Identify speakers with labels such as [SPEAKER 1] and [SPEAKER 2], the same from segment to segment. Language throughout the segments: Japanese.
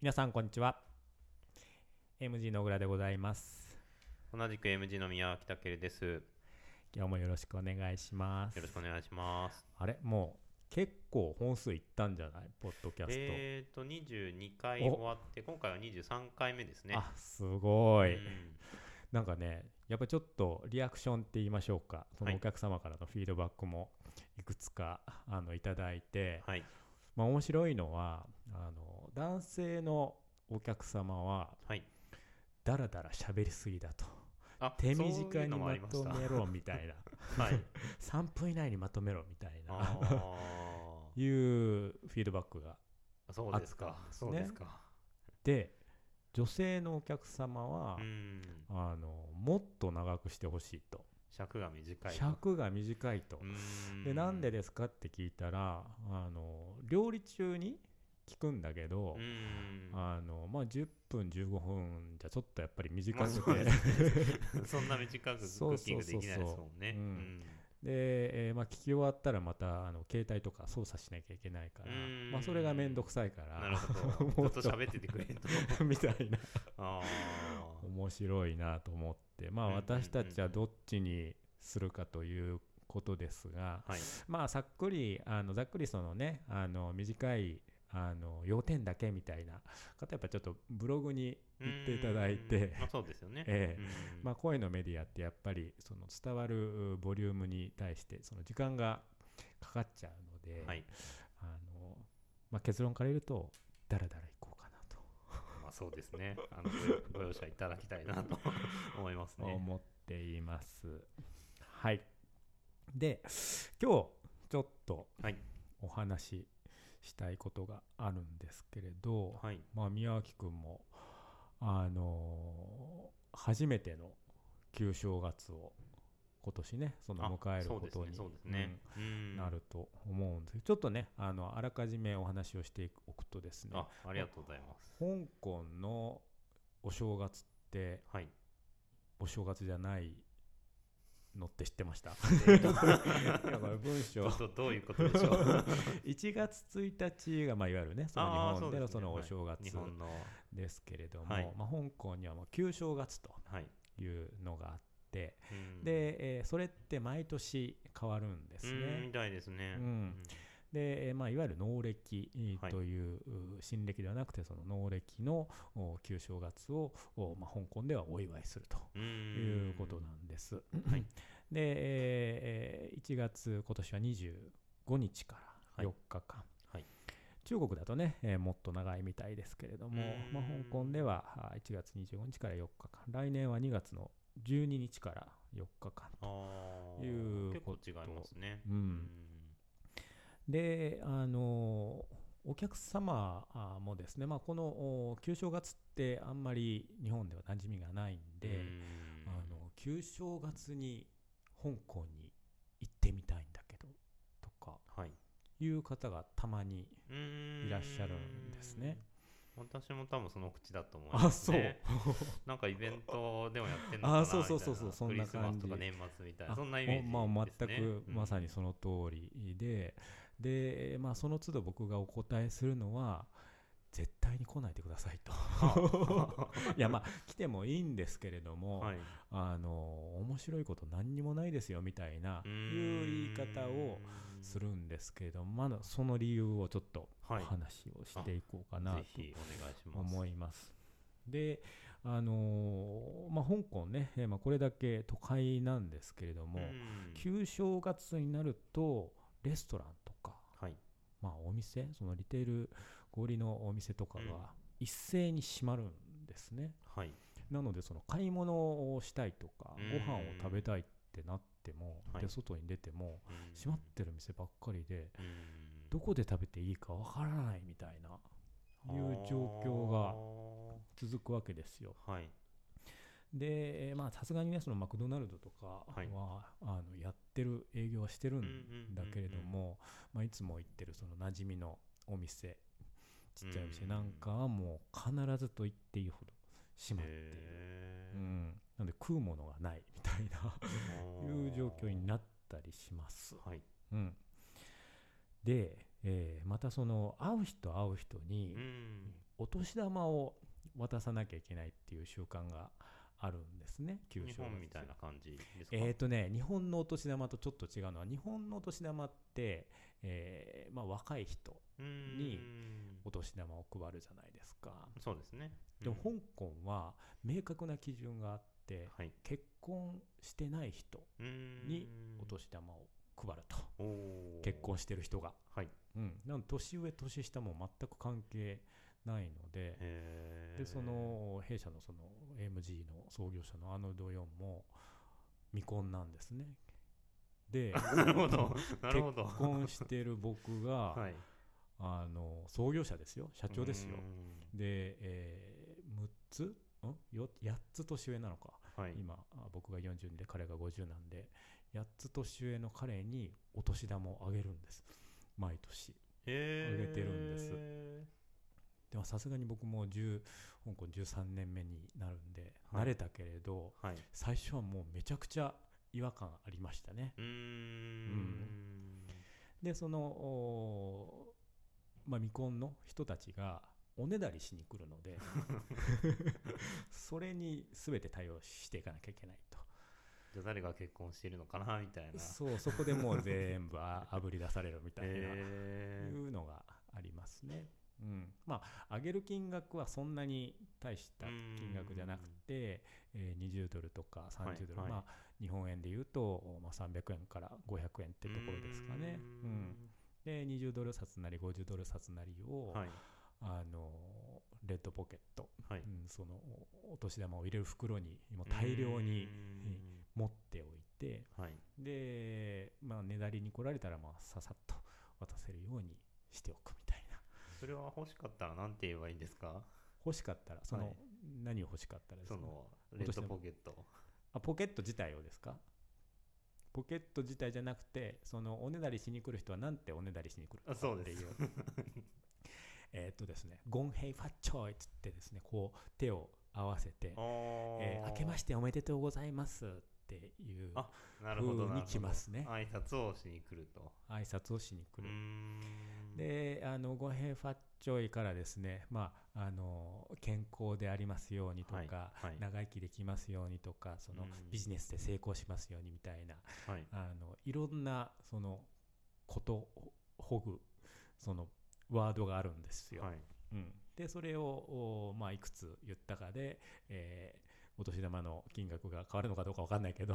[SPEAKER 1] 皆さんこんにちは MG の小倉でございます
[SPEAKER 2] 同じく MG の宮脇健です。よ
[SPEAKER 1] 今日もよろしくお願いします
[SPEAKER 2] ろしくお願いします。
[SPEAKER 1] あれもう結構本数いったんじゃないポッドキャスト、
[SPEAKER 2] えーと、22回
[SPEAKER 1] お
[SPEAKER 2] 終わって、今回は23回目ですね。
[SPEAKER 1] あすごい、
[SPEAKER 2] うん
[SPEAKER 1] なんかねやっぱちょっとリアクションって言いましょうかその
[SPEAKER 2] はい
[SPEAKER 1] お客様からのフィードバックもいくつかあのいただいて、
[SPEAKER 2] はい。
[SPEAKER 1] まあ面白いのはあの男性のお客様は
[SPEAKER 2] はい。
[SPEAKER 1] ダラダラ喋りすぎだと
[SPEAKER 2] あ
[SPEAKER 1] 手短にま
[SPEAKER 2] そ
[SPEAKER 1] と
[SPEAKER 2] ういうのもあり
[SPEAKER 1] めろみたいな
[SPEAKER 2] ました。 はい。
[SPEAKER 1] 3分以内にまとめろみたいな
[SPEAKER 2] あ
[SPEAKER 1] いうフィードバックが
[SPEAKER 2] あ。そうですか。
[SPEAKER 1] 熱かったですね
[SPEAKER 2] そうですか。
[SPEAKER 1] で女性のお客様は、
[SPEAKER 2] うん。
[SPEAKER 1] あのもっと長くしてほしいと、
[SPEAKER 2] 尺が短いと。
[SPEAKER 1] 尺が短いと、
[SPEAKER 2] うん
[SPEAKER 1] でなんでですかって聞いたらあの料理中に聞くんだけど、
[SPEAKER 2] うん。
[SPEAKER 1] あのまあ、10分15分じゃちょっとやっぱり短
[SPEAKER 2] まあ
[SPEAKER 1] くて、
[SPEAKER 2] そうで
[SPEAKER 1] です
[SPEAKER 2] そんな短くク
[SPEAKER 1] そう
[SPEAKER 2] ッ
[SPEAKER 1] そ
[SPEAKER 2] キン
[SPEAKER 1] う
[SPEAKER 2] グ
[SPEAKER 1] そ
[SPEAKER 2] で
[SPEAKER 1] うそう
[SPEAKER 2] きないですもんね。
[SPEAKER 1] う
[SPEAKER 2] うんん
[SPEAKER 1] えーまあ、聞き終わったらまたあの携帯とか操作しなきゃいけないから、
[SPEAKER 2] うん
[SPEAKER 1] まあ、それが面倒くさいか
[SPEAKER 2] なる
[SPEAKER 1] ら
[SPEAKER 2] ほ
[SPEAKER 1] も
[SPEAKER 2] ど。
[SPEAKER 1] う
[SPEAKER 2] ずっと喋っててくれと。
[SPEAKER 1] みたいな
[SPEAKER 2] ああ。
[SPEAKER 1] 面白いなと思ってまあ
[SPEAKER 2] うんうんうんうん
[SPEAKER 1] 私たちはどっちにするかということですが
[SPEAKER 2] はい。
[SPEAKER 1] まあさっくりあのざっくりそのねあの短いあの要点だけみたいな方やっぱちょっとブログに行っていただいて。
[SPEAKER 2] うん。まあそうですよね
[SPEAKER 1] ええ
[SPEAKER 2] うん
[SPEAKER 1] まあ声のメディアってやっぱりその伝わるボリュームに対してその時間がかかっちゃうので、
[SPEAKER 2] はい。
[SPEAKER 1] あのまあ、結論から言うとダラダラいこうかなと
[SPEAKER 2] まあそうですね。あのごご容赦いただきたいなと 思いますね。
[SPEAKER 1] 思っています。はい。で、今日ちょっと
[SPEAKER 2] はい
[SPEAKER 1] お話ししたいことがあるんですけれど、
[SPEAKER 2] はい。
[SPEAKER 1] まあ宮脇くんもあのー初めての旧正月を今年ねその
[SPEAKER 2] あ
[SPEAKER 1] 迎える
[SPEAKER 2] そう
[SPEAKER 1] こ
[SPEAKER 2] です
[SPEAKER 1] と
[SPEAKER 2] ね
[SPEAKER 1] に
[SPEAKER 2] そうですね。
[SPEAKER 1] う
[SPEAKER 2] うん
[SPEAKER 1] んなると思うんですけどちょっとねあのあらかじめお話をしておくとですね
[SPEAKER 2] あ、ありがとうございます。
[SPEAKER 1] 香港のお正月って
[SPEAKER 2] はい。
[SPEAKER 1] お正月じゃないのって知ってました いやこれ文
[SPEAKER 2] ちょ
[SPEAKER 1] 章
[SPEAKER 2] っとどういうことで しょう。
[SPEAKER 1] 1月1日が、まあ、いわゆるねその
[SPEAKER 2] あー
[SPEAKER 1] 日本でのそう
[SPEAKER 2] そですね
[SPEAKER 1] の
[SPEAKER 2] は
[SPEAKER 1] お
[SPEAKER 2] い
[SPEAKER 1] 正
[SPEAKER 2] 日
[SPEAKER 1] 月
[SPEAKER 2] 本の
[SPEAKER 1] ですけれども、
[SPEAKER 2] はい
[SPEAKER 1] まあ、香港にはもう旧正月と
[SPEAKER 2] はい。
[SPEAKER 1] いうのがあって
[SPEAKER 2] うん、
[SPEAKER 1] で、えーそれって毎年変わるんです
[SPEAKER 2] うんみ
[SPEAKER 1] ね。
[SPEAKER 2] たいですね。
[SPEAKER 1] うんで、えーまあ、いわゆる能暦えー
[SPEAKER 2] はい
[SPEAKER 1] というう新暦ではなくてその能暦のお旧正月を、おまあ、香港ではお祝いすると
[SPEAKER 2] うん。
[SPEAKER 1] いうことな
[SPEAKER 2] で
[SPEAKER 1] んです。
[SPEAKER 2] はい
[SPEAKER 1] で、えーえー1月、今年は25日から
[SPEAKER 2] はい
[SPEAKER 1] 4日間。
[SPEAKER 2] はい
[SPEAKER 1] 中国だとね、えーもっと長いみたいですけれども
[SPEAKER 2] うー、ん
[SPEAKER 1] まあ、香港ではあー1月25日から4日間、来年は2月の12日から4日間。
[SPEAKER 2] ああ。
[SPEAKER 1] いう
[SPEAKER 2] 結
[SPEAKER 1] こ
[SPEAKER 2] 構
[SPEAKER 1] と
[SPEAKER 2] 違いますね。
[SPEAKER 1] う
[SPEAKER 2] うん
[SPEAKER 1] ん、で、あのーお客様あーもですね、まあ、このお旧正月ってあんまり日本では馴染みがないんで、
[SPEAKER 2] うん
[SPEAKER 1] あの旧正月に香港に行ってみたいんだけどとか
[SPEAKER 2] はい。
[SPEAKER 1] いう方がたまにい
[SPEAKER 2] い
[SPEAKER 1] らっしゃるんですね。
[SPEAKER 2] 私も多分その口だと思い
[SPEAKER 1] あ
[SPEAKER 2] ます、
[SPEAKER 1] そう
[SPEAKER 2] ね。なんかイベントでもやってんのかな
[SPEAKER 1] あそうそうそうそう
[SPEAKER 2] みたい
[SPEAKER 1] そんな感じ
[SPEAKER 2] クリスマスとか年末みたい
[SPEAKER 1] あ
[SPEAKER 2] な。そんなイメージです、ね。
[SPEAKER 1] お まあ、全くまさ
[SPEAKER 2] に。
[SPEAKER 1] に その通りで、で、まあ、その都度僕がお答えするのは絶対に来ないでくださいと いやまあ来てもいいんですけれども、
[SPEAKER 2] はい。
[SPEAKER 1] あの面白いこと何にもないですよみたいな
[SPEAKER 2] う
[SPEAKER 1] い
[SPEAKER 2] ー
[SPEAKER 1] うん言い方をする。んですけれどもまだその理由をちょっとお
[SPEAKER 2] はい
[SPEAKER 1] 話をしていこうかな
[SPEAKER 2] ぜ
[SPEAKER 1] と
[SPEAKER 2] ひお願いします。
[SPEAKER 1] 思います。で、あのーまあ、香港ね、えーまあ、これだけ都会なんですけれども、
[SPEAKER 2] うん
[SPEAKER 1] 旧正月になるとレストランとか、
[SPEAKER 2] はい。
[SPEAKER 1] まあ、お店そのリテール小売りのお店とか
[SPEAKER 2] うん
[SPEAKER 1] が一斉に閉まるんですね。
[SPEAKER 2] はい。
[SPEAKER 1] なのでその買い物をしたいとか
[SPEAKER 2] うん
[SPEAKER 1] ご飯を食べたいってなっても、
[SPEAKER 2] はい
[SPEAKER 1] で外に出ても閉まってる店ばっかりで
[SPEAKER 2] うん。
[SPEAKER 1] どこで食べていいかわからないみたいないう状況が続くわけですよ。
[SPEAKER 2] が。はい。
[SPEAKER 1] で、えーまあさすがにねそのマクドナルドとかは、
[SPEAKER 2] はい
[SPEAKER 1] あのやってる営業はしてる
[SPEAKER 2] うんうんうんうん
[SPEAKER 1] んだけれども、まあ、いつも行ってるその馴染みのお店ちっちゃいお店なんかはもう必ずと言っていいほど閉まっている。
[SPEAKER 2] へ
[SPEAKER 1] う
[SPEAKER 2] ー
[SPEAKER 1] ん、なので食うものがないみたいないう状況になったりします。
[SPEAKER 2] はい。
[SPEAKER 1] うん、で、えーまたその会う人会う人に
[SPEAKER 2] うん。
[SPEAKER 1] お年玉を渡さなきゃいけないっていう習慣があるんですね旧
[SPEAKER 2] 日
[SPEAKER 1] 正月
[SPEAKER 2] 本みたいな感じですか
[SPEAKER 1] えっ、とね日本のお年玉とちょっと違うのは日本のお年玉って、えーまあ、若い人
[SPEAKER 2] うーん
[SPEAKER 1] にお年玉を配るじゃないですか
[SPEAKER 2] そうですね
[SPEAKER 1] でも
[SPEAKER 2] うん
[SPEAKER 1] 香港は明確な基準があって
[SPEAKER 2] はい
[SPEAKER 1] 結婚してない人
[SPEAKER 2] うーん
[SPEAKER 1] にお年玉を配ると
[SPEAKER 2] おー
[SPEAKER 1] 結婚してる人が
[SPEAKER 2] はい
[SPEAKER 1] うんなので年上年下も全く関係ないので
[SPEAKER 2] へー
[SPEAKER 1] でその弊社のその AMG の創業者のアーノルド・ヨンも未婚なんですねで
[SPEAKER 2] なるほど なるほど
[SPEAKER 1] 結婚してる僕が、
[SPEAKER 2] はい
[SPEAKER 1] あの創業者ですよ社長ですよ
[SPEAKER 2] うーん
[SPEAKER 1] で、えー6つんよ8つ年上なのか、
[SPEAKER 2] はい
[SPEAKER 1] 今あ僕が42で彼が50なんで8つ年上の彼にお年玉をあげるんです毎年
[SPEAKER 2] へ
[SPEAKER 1] あげてるんです
[SPEAKER 2] ー
[SPEAKER 1] でもさすがに僕も10香港13年目になるんで、
[SPEAKER 2] はい
[SPEAKER 1] 慣れたけれど
[SPEAKER 2] はいう
[SPEAKER 1] 最初はもうめちゃくちゃ違和感ありましたね
[SPEAKER 2] ーん
[SPEAKER 1] でその、おーまあ、未婚の人たちがおねだりしに来るの でそれに全て対応していかなきゃいけないと
[SPEAKER 2] じゃあ誰が結婚しているのかなみたいな
[SPEAKER 1] そうそこでもう全部ああぶり出されるみたいな、
[SPEAKER 2] へー
[SPEAKER 1] いうのがありますね。うん、まあ上げる金額はそんなに大した金額じゃなくて、えー20ドルとか30ドル、
[SPEAKER 2] はいはい
[SPEAKER 1] まあ、日本円で言うと、まあ、300円から500円ってところですかね。
[SPEAKER 2] う
[SPEAKER 1] うんんで20ドル札なり50ドル札なりを、
[SPEAKER 2] はい
[SPEAKER 1] あのーレッドポケット、
[SPEAKER 2] はい
[SPEAKER 1] うん、そのお年玉を入れる袋にもう大量に持っておいて
[SPEAKER 2] うーんはい
[SPEAKER 1] で、まあ、ねだりに来られたら、まあ、ささっと渡せるようにしておくみたいな。
[SPEAKER 2] それは欲しかったらなんて言えばいいんですか
[SPEAKER 1] 欲しかったらその、
[SPEAKER 2] はい
[SPEAKER 1] 何を欲しかったらです
[SPEAKER 2] そ
[SPEAKER 1] か
[SPEAKER 2] のレッドポケット
[SPEAKER 1] あポケット自体をですかポケット自体じゃなくてそのおねだりしに来る人はなんておねだりしに来るの
[SPEAKER 2] あ
[SPEAKER 1] か
[SPEAKER 2] そう
[SPEAKER 1] っ
[SPEAKER 2] で
[SPEAKER 1] てい
[SPEAKER 2] す
[SPEAKER 1] う えーっとですねゴンヘイファッチョイっつってですねこう手を合わせて、え
[SPEAKER 2] え
[SPEAKER 1] ー明けましておめでとうございますっていう
[SPEAKER 2] あなるほ
[SPEAKER 1] 風
[SPEAKER 2] どな
[SPEAKER 1] に
[SPEAKER 2] るほど
[SPEAKER 1] 来ますね
[SPEAKER 2] 挨拶をしに来ると
[SPEAKER 1] 挨拶をしに来
[SPEAKER 2] うー
[SPEAKER 1] る、
[SPEAKER 2] ん
[SPEAKER 1] であのゴンヘイファッチョイからですねまああの健康でありますようにとか、
[SPEAKER 2] はいはい
[SPEAKER 1] 長生きできますようにとかその
[SPEAKER 2] うん
[SPEAKER 1] ビジネスで成功しますようにみたいな
[SPEAKER 2] はい
[SPEAKER 1] あのいろんなそのことほぐそのワードがあるんですよ。
[SPEAKER 2] はい
[SPEAKER 1] うん、でそれをおまあ、いくつ言ったかで、えーお年玉の金額が変わるのかどうかわかんないけど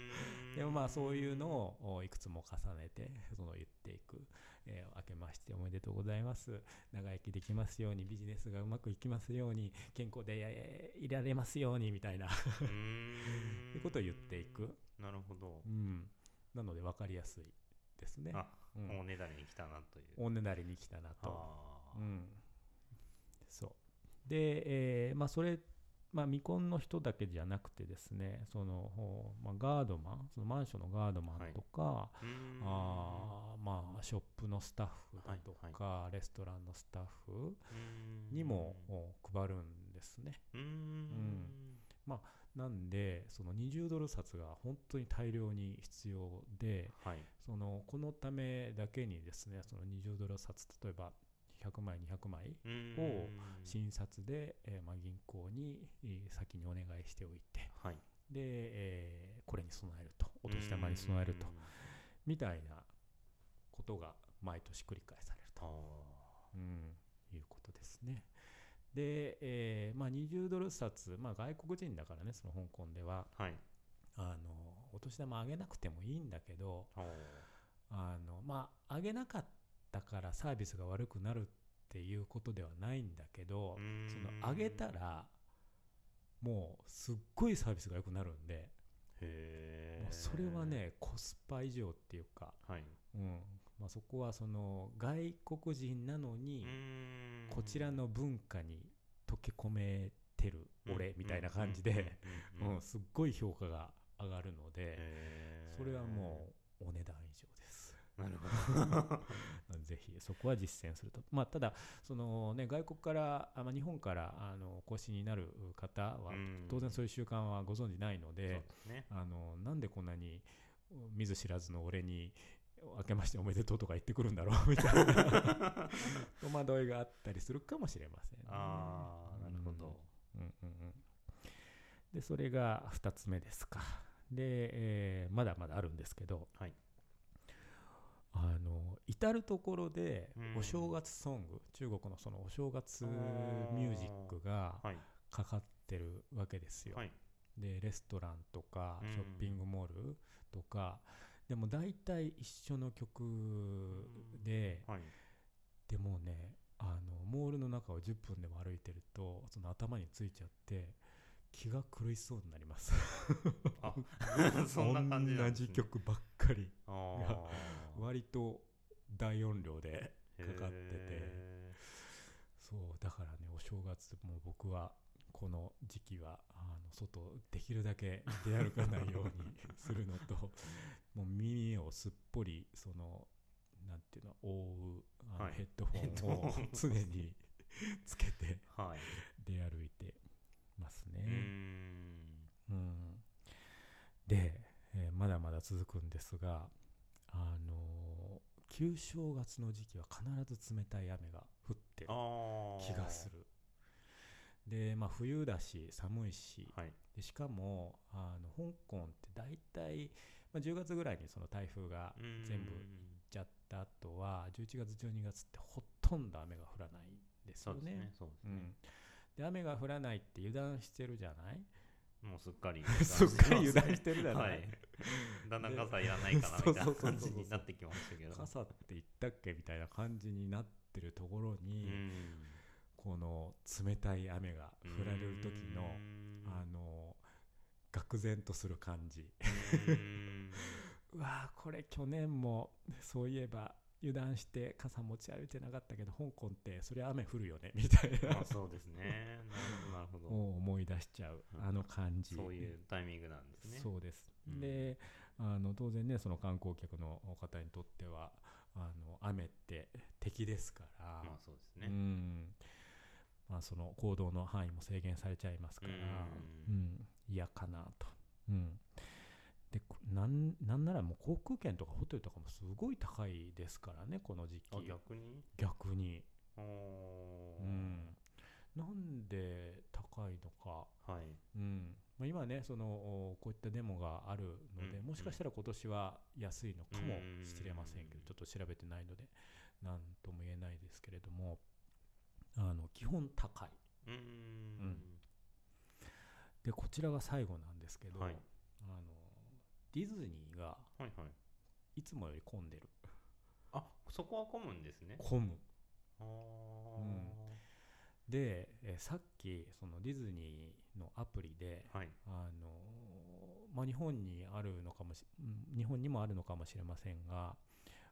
[SPEAKER 1] でもまあそういうのをおいくつも重ねてその言っていく、えー明けましておめでとうございます長生きできますようにビジネスがうまくいきますように健康でえーいられますようにみたいな
[SPEAKER 2] うーん
[SPEAKER 1] ってことを言っていく、
[SPEAKER 2] なるほど
[SPEAKER 1] うん、なので分かりやすいですね、
[SPEAKER 2] あ
[SPEAKER 1] う、
[SPEAKER 2] もうんねだりに来たなという
[SPEAKER 1] おねだりに来たなと、
[SPEAKER 2] あ
[SPEAKER 1] う
[SPEAKER 2] ー
[SPEAKER 1] ん、そうで、えーまあ、それ、まあ、未婚の人だけじゃなくてですねその、ほうまあ、ガードマンそのマンションのガードマンとか、
[SPEAKER 2] うーん
[SPEAKER 1] あーまあ、ショップのスタッフだとか、レストランのスタッフ
[SPEAKER 2] うーん
[SPEAKER 1] にも、お配るんですね
[SPEAKER 2] うーん
[SPEAKER 1] んなんでその20ドル札が本当に大量に必要で、
[SPEAKER 2] はい
[SPEAKER 1] そのこのためだけにですねその20ドル札例えば100枚200枚
[SPEAKER 2] うーん
[SPEAKER 1] を新札で、えーまあ、銀行にえー先にお願いしておいて
[SPEAKER 2] はい
[SPEAKER 1] で、えーこれに備えるとお年玉に備えると
[SPEAKER 2] うーん
[SPEAKER 1] みたいなことが毎年繰り返されると、うん、いうことですね。で、えーまあ、20ドル札、まあ、外国人だからねその香港では
[SPEAKER 2] あーはい
[SPEAKER 1] あのお年玉あげなくてもいいんだけど、
[SPEAKER 2] おー
[SPEAKER 1] あのまあ上げなかったからサービスが悪くなるっていうことではないんだけど
[SPEAKER 2] う、ーん
[SPEAKER 1] その上げたらもうすっごいサービスが良くなるんで、
[SPEAKER 2] へ
[SPEAKER 1] も
[SPEAKER 2] ー
[SPEAKER 1] うそれはねコスパ以上っていうか、
[SPEAKER 2] はい
[SPEAKER 1] うんまあ、そこはその外国人なのに
[SPEAKER 2] うーん
[SPEAKER 1] こちらの文化に溶け込めてる俺みたいな感じで、
[SPEAKER 2] うんうんうんうん
[SPEAKER 1] うん、すっごい評価が上がるので、
[SPEAKER 2] へー
[SPEAKER 1] それはもうお値段以上です。
[SPEAKER 2] なるほど
[SPEAKER 1] ぜひそこは実践すると、まあ、ただその、ね、外国からあ、まあ、日本からあのお越しになる方は
[SPEAKER 2] うん
[SPEAKER 1] 当然そういう習慣はご存じないの
[SPEAKER 2] そう
[SPEAKER 1] で
[SPEAKER 2] ですね
[SPEAKER 1] あのなんでこんなにうん見ず知らずの俺に明けましておめでとうとか言ってくるんだろうみ たいな戸惑いがあったりするかもしれませんね、
[SPEAKER 2] ああ、なるほど。
[SPEAKER 1] うんうんうん、でそれが2つ目ですかで、えーまだまだあるんですけど、
[SPEAKER 2] はい
[SPEAKER 1] あの至る所で
[SPEAKER 2] うん
[SPEAKER 1] お正月ソング、中国のそのお正月ミュージックが
[SPEAKER 2] はい。
[SPEAKER 1] かかってるわけですよ、
[SPEAKER 2] はい。
[SPEAKER 1] でレストランとか
[SPEAKER 2] うん
[SPEAKER 1] ショッピングモールとか、でも大体一緒の曲で、
[SPEAKER 2] はい。
[SPEAKER 1] でもうねあのモールの中を10分でも歩いてるとその頭についちゃって気が狂いそうになります
[SPEAKER 2] あ、 そんな感じなんです、
[SPEAKER 1] 同
[SPEAKER 2] ね。
[SPEAKER 1] じ曲ばっかり
[SPEAKER 2] あー
[SPEAKER 1] 割と大音量でかかってて
[SPEAKER 2] へ
[SPEAKER 1] そうだからねお正月も僕はこの時期はあの外できるだけ出歩かないようにするのと もう耳をすっぽりそのなんていうの覆うあの
[SPEAKER 2] はい
[SPEAKER 1] ヘッドホ
[SPEAKER 2] ヘッド
[SPEAKER 1] ンを
[SPEAKER 2] ホン
[SPEAKER 1] 常につけて
[SPEAKER 2] ーはい。
[SPEAKER 1] 出歩いてます
[SPEAKER 2] うー
[SPEAKER 1] ね。
[SPEAKER 2] ん。
[SPEAKER 1] うんで、えーまだまだ続くんですが、あのー旧正月の時期は必ず冷たい雨が降ってる
[SPEAKER 2] ああ。
[SPEAKER 1] 気がす。る。で、まあ、冬だし寒いし
[SPEAKER 2] はい。
[SPEAKER 1] でしかもあの香港って大体、まあ、10月ぐらいにその台風が全部
[SPEAKER 2] うーん。
[SPEAKER 1] 行っちゃった後は11月12月ってほとんど雨が降らないんです
[SPEAKER 2] そ
[SPEAKER 1] よ
[SPEAKER 2] うです
[SPEAKER 1] ね
[SPEAKER 2] ね。。そうです
[SPEAKER 1] う
[SPEAKER 2] ね
[SPEAKER 1] ん。、で雨が降らないって油断してるじゃ ない
[SPEAKER 2] もうすっかり
[SPEAKER 1] すっかり油断しててるじゃない、
[SPEAKER 2] はい。だんだん傘いらないかなみたい
[SPEAKER 1] そ
[SPEAKER 2] な
[SPEAKER 1] うそうそうそう
[SPEAKER 2] 感じになってきましたけど。
[SPEAKER 1] 傘って言ったっけみたいな感じになってるところ
[SPEAKER 2] う
[SPEAKER 1] に、
[SPEAKER 2] ん。
[SPEAKER 1] この冷たい雨が降られる時の、あの愕然とする感じうわーこれ去年もそういえば油断して傘持ち歩いてなかったけど香港ってそりゃ雨降るよねみたい
[SPEAKER 2] あ
[SPEAKER 1] な
[SPEAKER 2] そうですね。なるほど、なるほ
[SPEAKER 1] を思い出しちゃうあの感じ
[SPEAKER 2] ど。そういうタイミングなんですね。
[SPEAKER 1] そうです、
[SPEAKER 2] うん
[SPEAKER 1] であの当然ねその観光客の方にとってはあの雨って敵ですから、
[SPEAKER 2] まあそうです
[SPEAKER 1] う
[SPEAKER 2] ね。
[SPEAKER 1] んまあ、その行動の範囲も制限されちゃいますから、う、
[SPEAKER 2] うん
[SPEAKER 1] 嫌かなと、うん、でこなんなんならもう航空券とかホテルとかもすごい高いですからねこの時期
[SPEAKER 2] あ、逆に
[SPEAKER 1] 逆に、
[SPEAKER 2] お
[SPEAKER 1] うん、なんで高いのか
[SPEAKER 2] はい。
[SPEAKER 1] うんまあ、今ねそのおこういったデモがあるので、
[SPEAKER 2] うん
[SPEAKER 1] もしかしたら今年は安いのかもしれませんけど、
[SPEAKER 2] うん
[SPEAKER 1] ちょっと調べてないので何とも言えないですけれどもあの基本高い
[SPEAKER 2] うん
[SPEAKER 1] んでこちらが最後なんですけど、
[SPEAKER 2] はい
[SPEAKER 1] あのディズニーが
[SPEAKER 2] はいはい。
[SPEAKER 1] いつもより混んでる
[SPEAKER 2] あ、そこは混むんですね。
[SPEAKER 1] 混む
[SPEAKER 2] ああ。
[SPEAKER 1] で、えーさっきそのディズニーのアプリで
[SPEAKER 2] はい。
[SPEAKER 1] あのまあ、日本にあるのかもしうん日本にもあるのかもしれませんが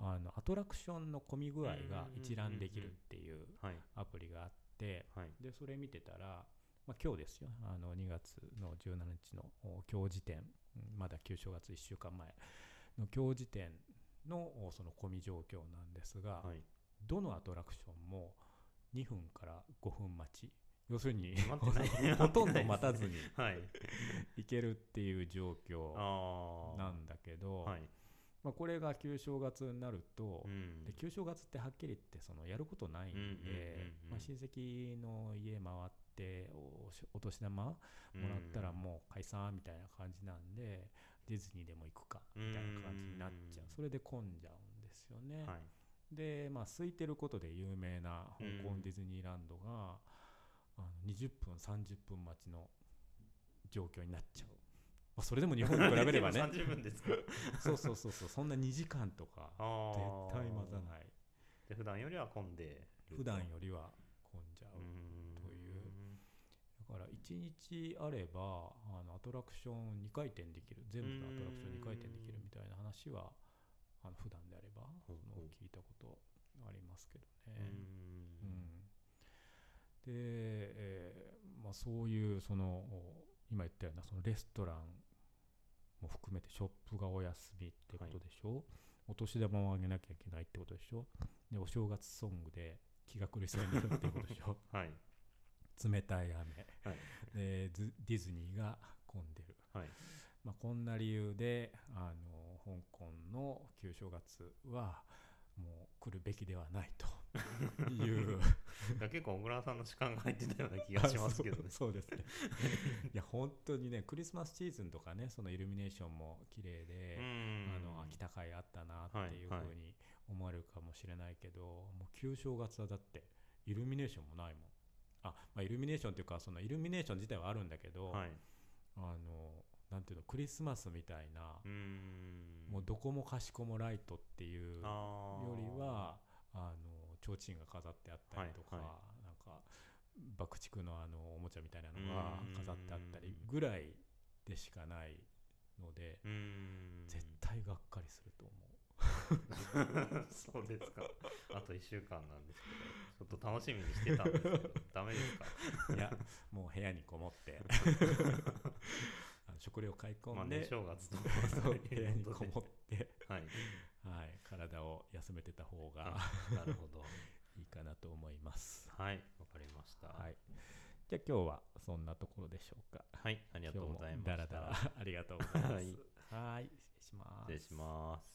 [SPEAKER 1] あのアトラクションの混み具合が一覧できるっていう
[SPEAKER 2] はい。
[SPEAKER 1] アプリがあって
[SPEAKER 2] はい。
[SPEAKER 1] でそれ見てたら、まあ、今日ですよあの2月の17日のお今日時点うんまだ旧正月1週間前の今日時点のおその混み状況なんですが、
[SPEAKER 2] はい。
[SPEAKER 1] どのアトラクションも2分から5分待ち要するに
[SPEAKER 2] 待ってない
[SPEAKER 1] ほとんど待たずに
[SPEAKER 2] はい。
[SPEAKER 1] 行けるっていう状況
[SPEAKER 2] ああ。
[SPEAKER 1] なんだけど、
[SPEAKER 2] はい。
[SPEAKER 1] まあ、これが旧正月になると、
[SPEAKER 2] うん
[SPEAKER 1] で旧正月ってはっきり言ってそのやることないんで、
[SPEAKER 2] うんうんうんうん
[SPEAKER 1] まあ、親戚の家回っておしお年玉もらったらもう解散みたいな感じなんで、ディズニーでも行くかみたいな感じになっちゃう、
[SPEAKER 2] うん
[SPEAKER 1] それで混んじゃうんですよね。
[SPEAKER 2] はい。
[SPEAKER 1] で、まあ、空いてることで有名な香
[SPEAKER 2] う
[SPEAKER 1] 港
[SPEAKER 2] ん
[SPEAKER 1] ディズニーランドが、あの20分30分待ちの状況になっちゃう、まあ、それでも日本に比べれ ばね
[SPEAKER 2] 三十分ですか。
[SPEAKER 1] そうそうそうそうそんな2時間とか
[SPEAKER 2] あ
[SPEAKER 1] 絶対待た
[SPEAKER 2] い。
[SPEAKER 1] ない
[SPEAKER 2] で普段よりは混んでると。
[SPEAKER 1] 普段よりは混んじゃう
[SPEAKER 2] うーん。
[SPEAKER 1] というだから1日あればあのアトラクション2回転できる全部のアトラクション2回転できるみたいな話はあの普段であればそ
[SPEAKER 2] ほうほう
[SPEAKER 1] の聞いたことありますけど
[SPEAKER 2] う
[SPEAKER 1] ね
[SPEAKER 2] ー。ん。
[SPEAKER 1] で、えーまあ、そういうそのお今言ったようなそのレストランも含めてショップがお休みってことでしょ、お年玉をあげなきゃいけないってことでしょでお正月ソングで気が狂いそうになるってことでしょ
[SPEAKER 2] はい。
[SPEAKER 1] 冷たい雨、
[SPEAKER 2] はい
[SPEAKER 1] でズディズニーが混んでる、
[SPEAKER 2] はい。
[SPEAKER 1] まあ、こんな理由であの香港の旧正月はもう来るべきではない という。
[SPEAKER 2] や結構小倉さんの主観が入ってたような気がしますけどね
[SPEAKER 1] そうそうですねいや本当にねクリスマスシーズンとかねそのイルミネーションも綺麗で、あの秋田会あったなっていうふ
[SPEAKER 2] はいは
[SPEAKER 1] うに思われるかもしれないけど、もう旧正月はだってイルミネーションもないもんあ、まあ、イルミネーションっていうかそのイルミネーション自体はあるんだけど、
[SPEAKER 2] はい。
[SPEAKER 1] あのなんていうのクリスマスみたいな、
[SPEAKER 2] うーん。
[SPEAKER 1] もうどこもかしこもライトっていうよ
[SPEAKER 2] あー
[SPEAKER 1] りはあの提灯が飾ってあったりとか、
[SPEAKER 2] はいは
[SPEAKER 1] なんか爆竹のあのおもちゃみたいなのが
[SPEAKER 2] うん
[SPEAKER 1] 飾ってあったりぐらいでしかないので、
[SPEAKER 2] うーん。
[SPEAKER 1] 絶対がっかりすると思う。
[SPEAKER 2] そうですか。あと1週間なんですけど、ちょっと楽しみにしてたんですけど、ダメですか。
[SPEAKER 1] い や、もう部屋にこもって、あの食料買い
[SPEAKER 2] ま
[SPEAKER 1] 込
[SPEAKER 2] あ
[SPEAKER 1] ん
[SPEAKER 2] ね、
[SPEAKER 1] で、
[SPEAKER 2] 正月と
[SPEAKER 1] そう部屋にこも
[SPEAKER 2] て。
[SPEAKER 1] って、
[SPEAKER 2] はい。
[SPEAKER 1] はい、体を休めてた方が
[SPEAKER 2] あなるほど。
[SPEAKER 1] いいかなと思います。
[SPEAKER 2] はい、わかりました。
[SPEAKER 1] は
[SPEAKER 2] はい。
[SPEAKER 1] い。じゃあ今日はそんなところでしょうか。
[SPEAKER 2] あり
[SPEAKER 1] あ
[SPEAKER 2] がとうございました。
[SPEAKER 1] だらだらありがとうございます。はい、失礼します。
[SPEAKER 2] 失礼します。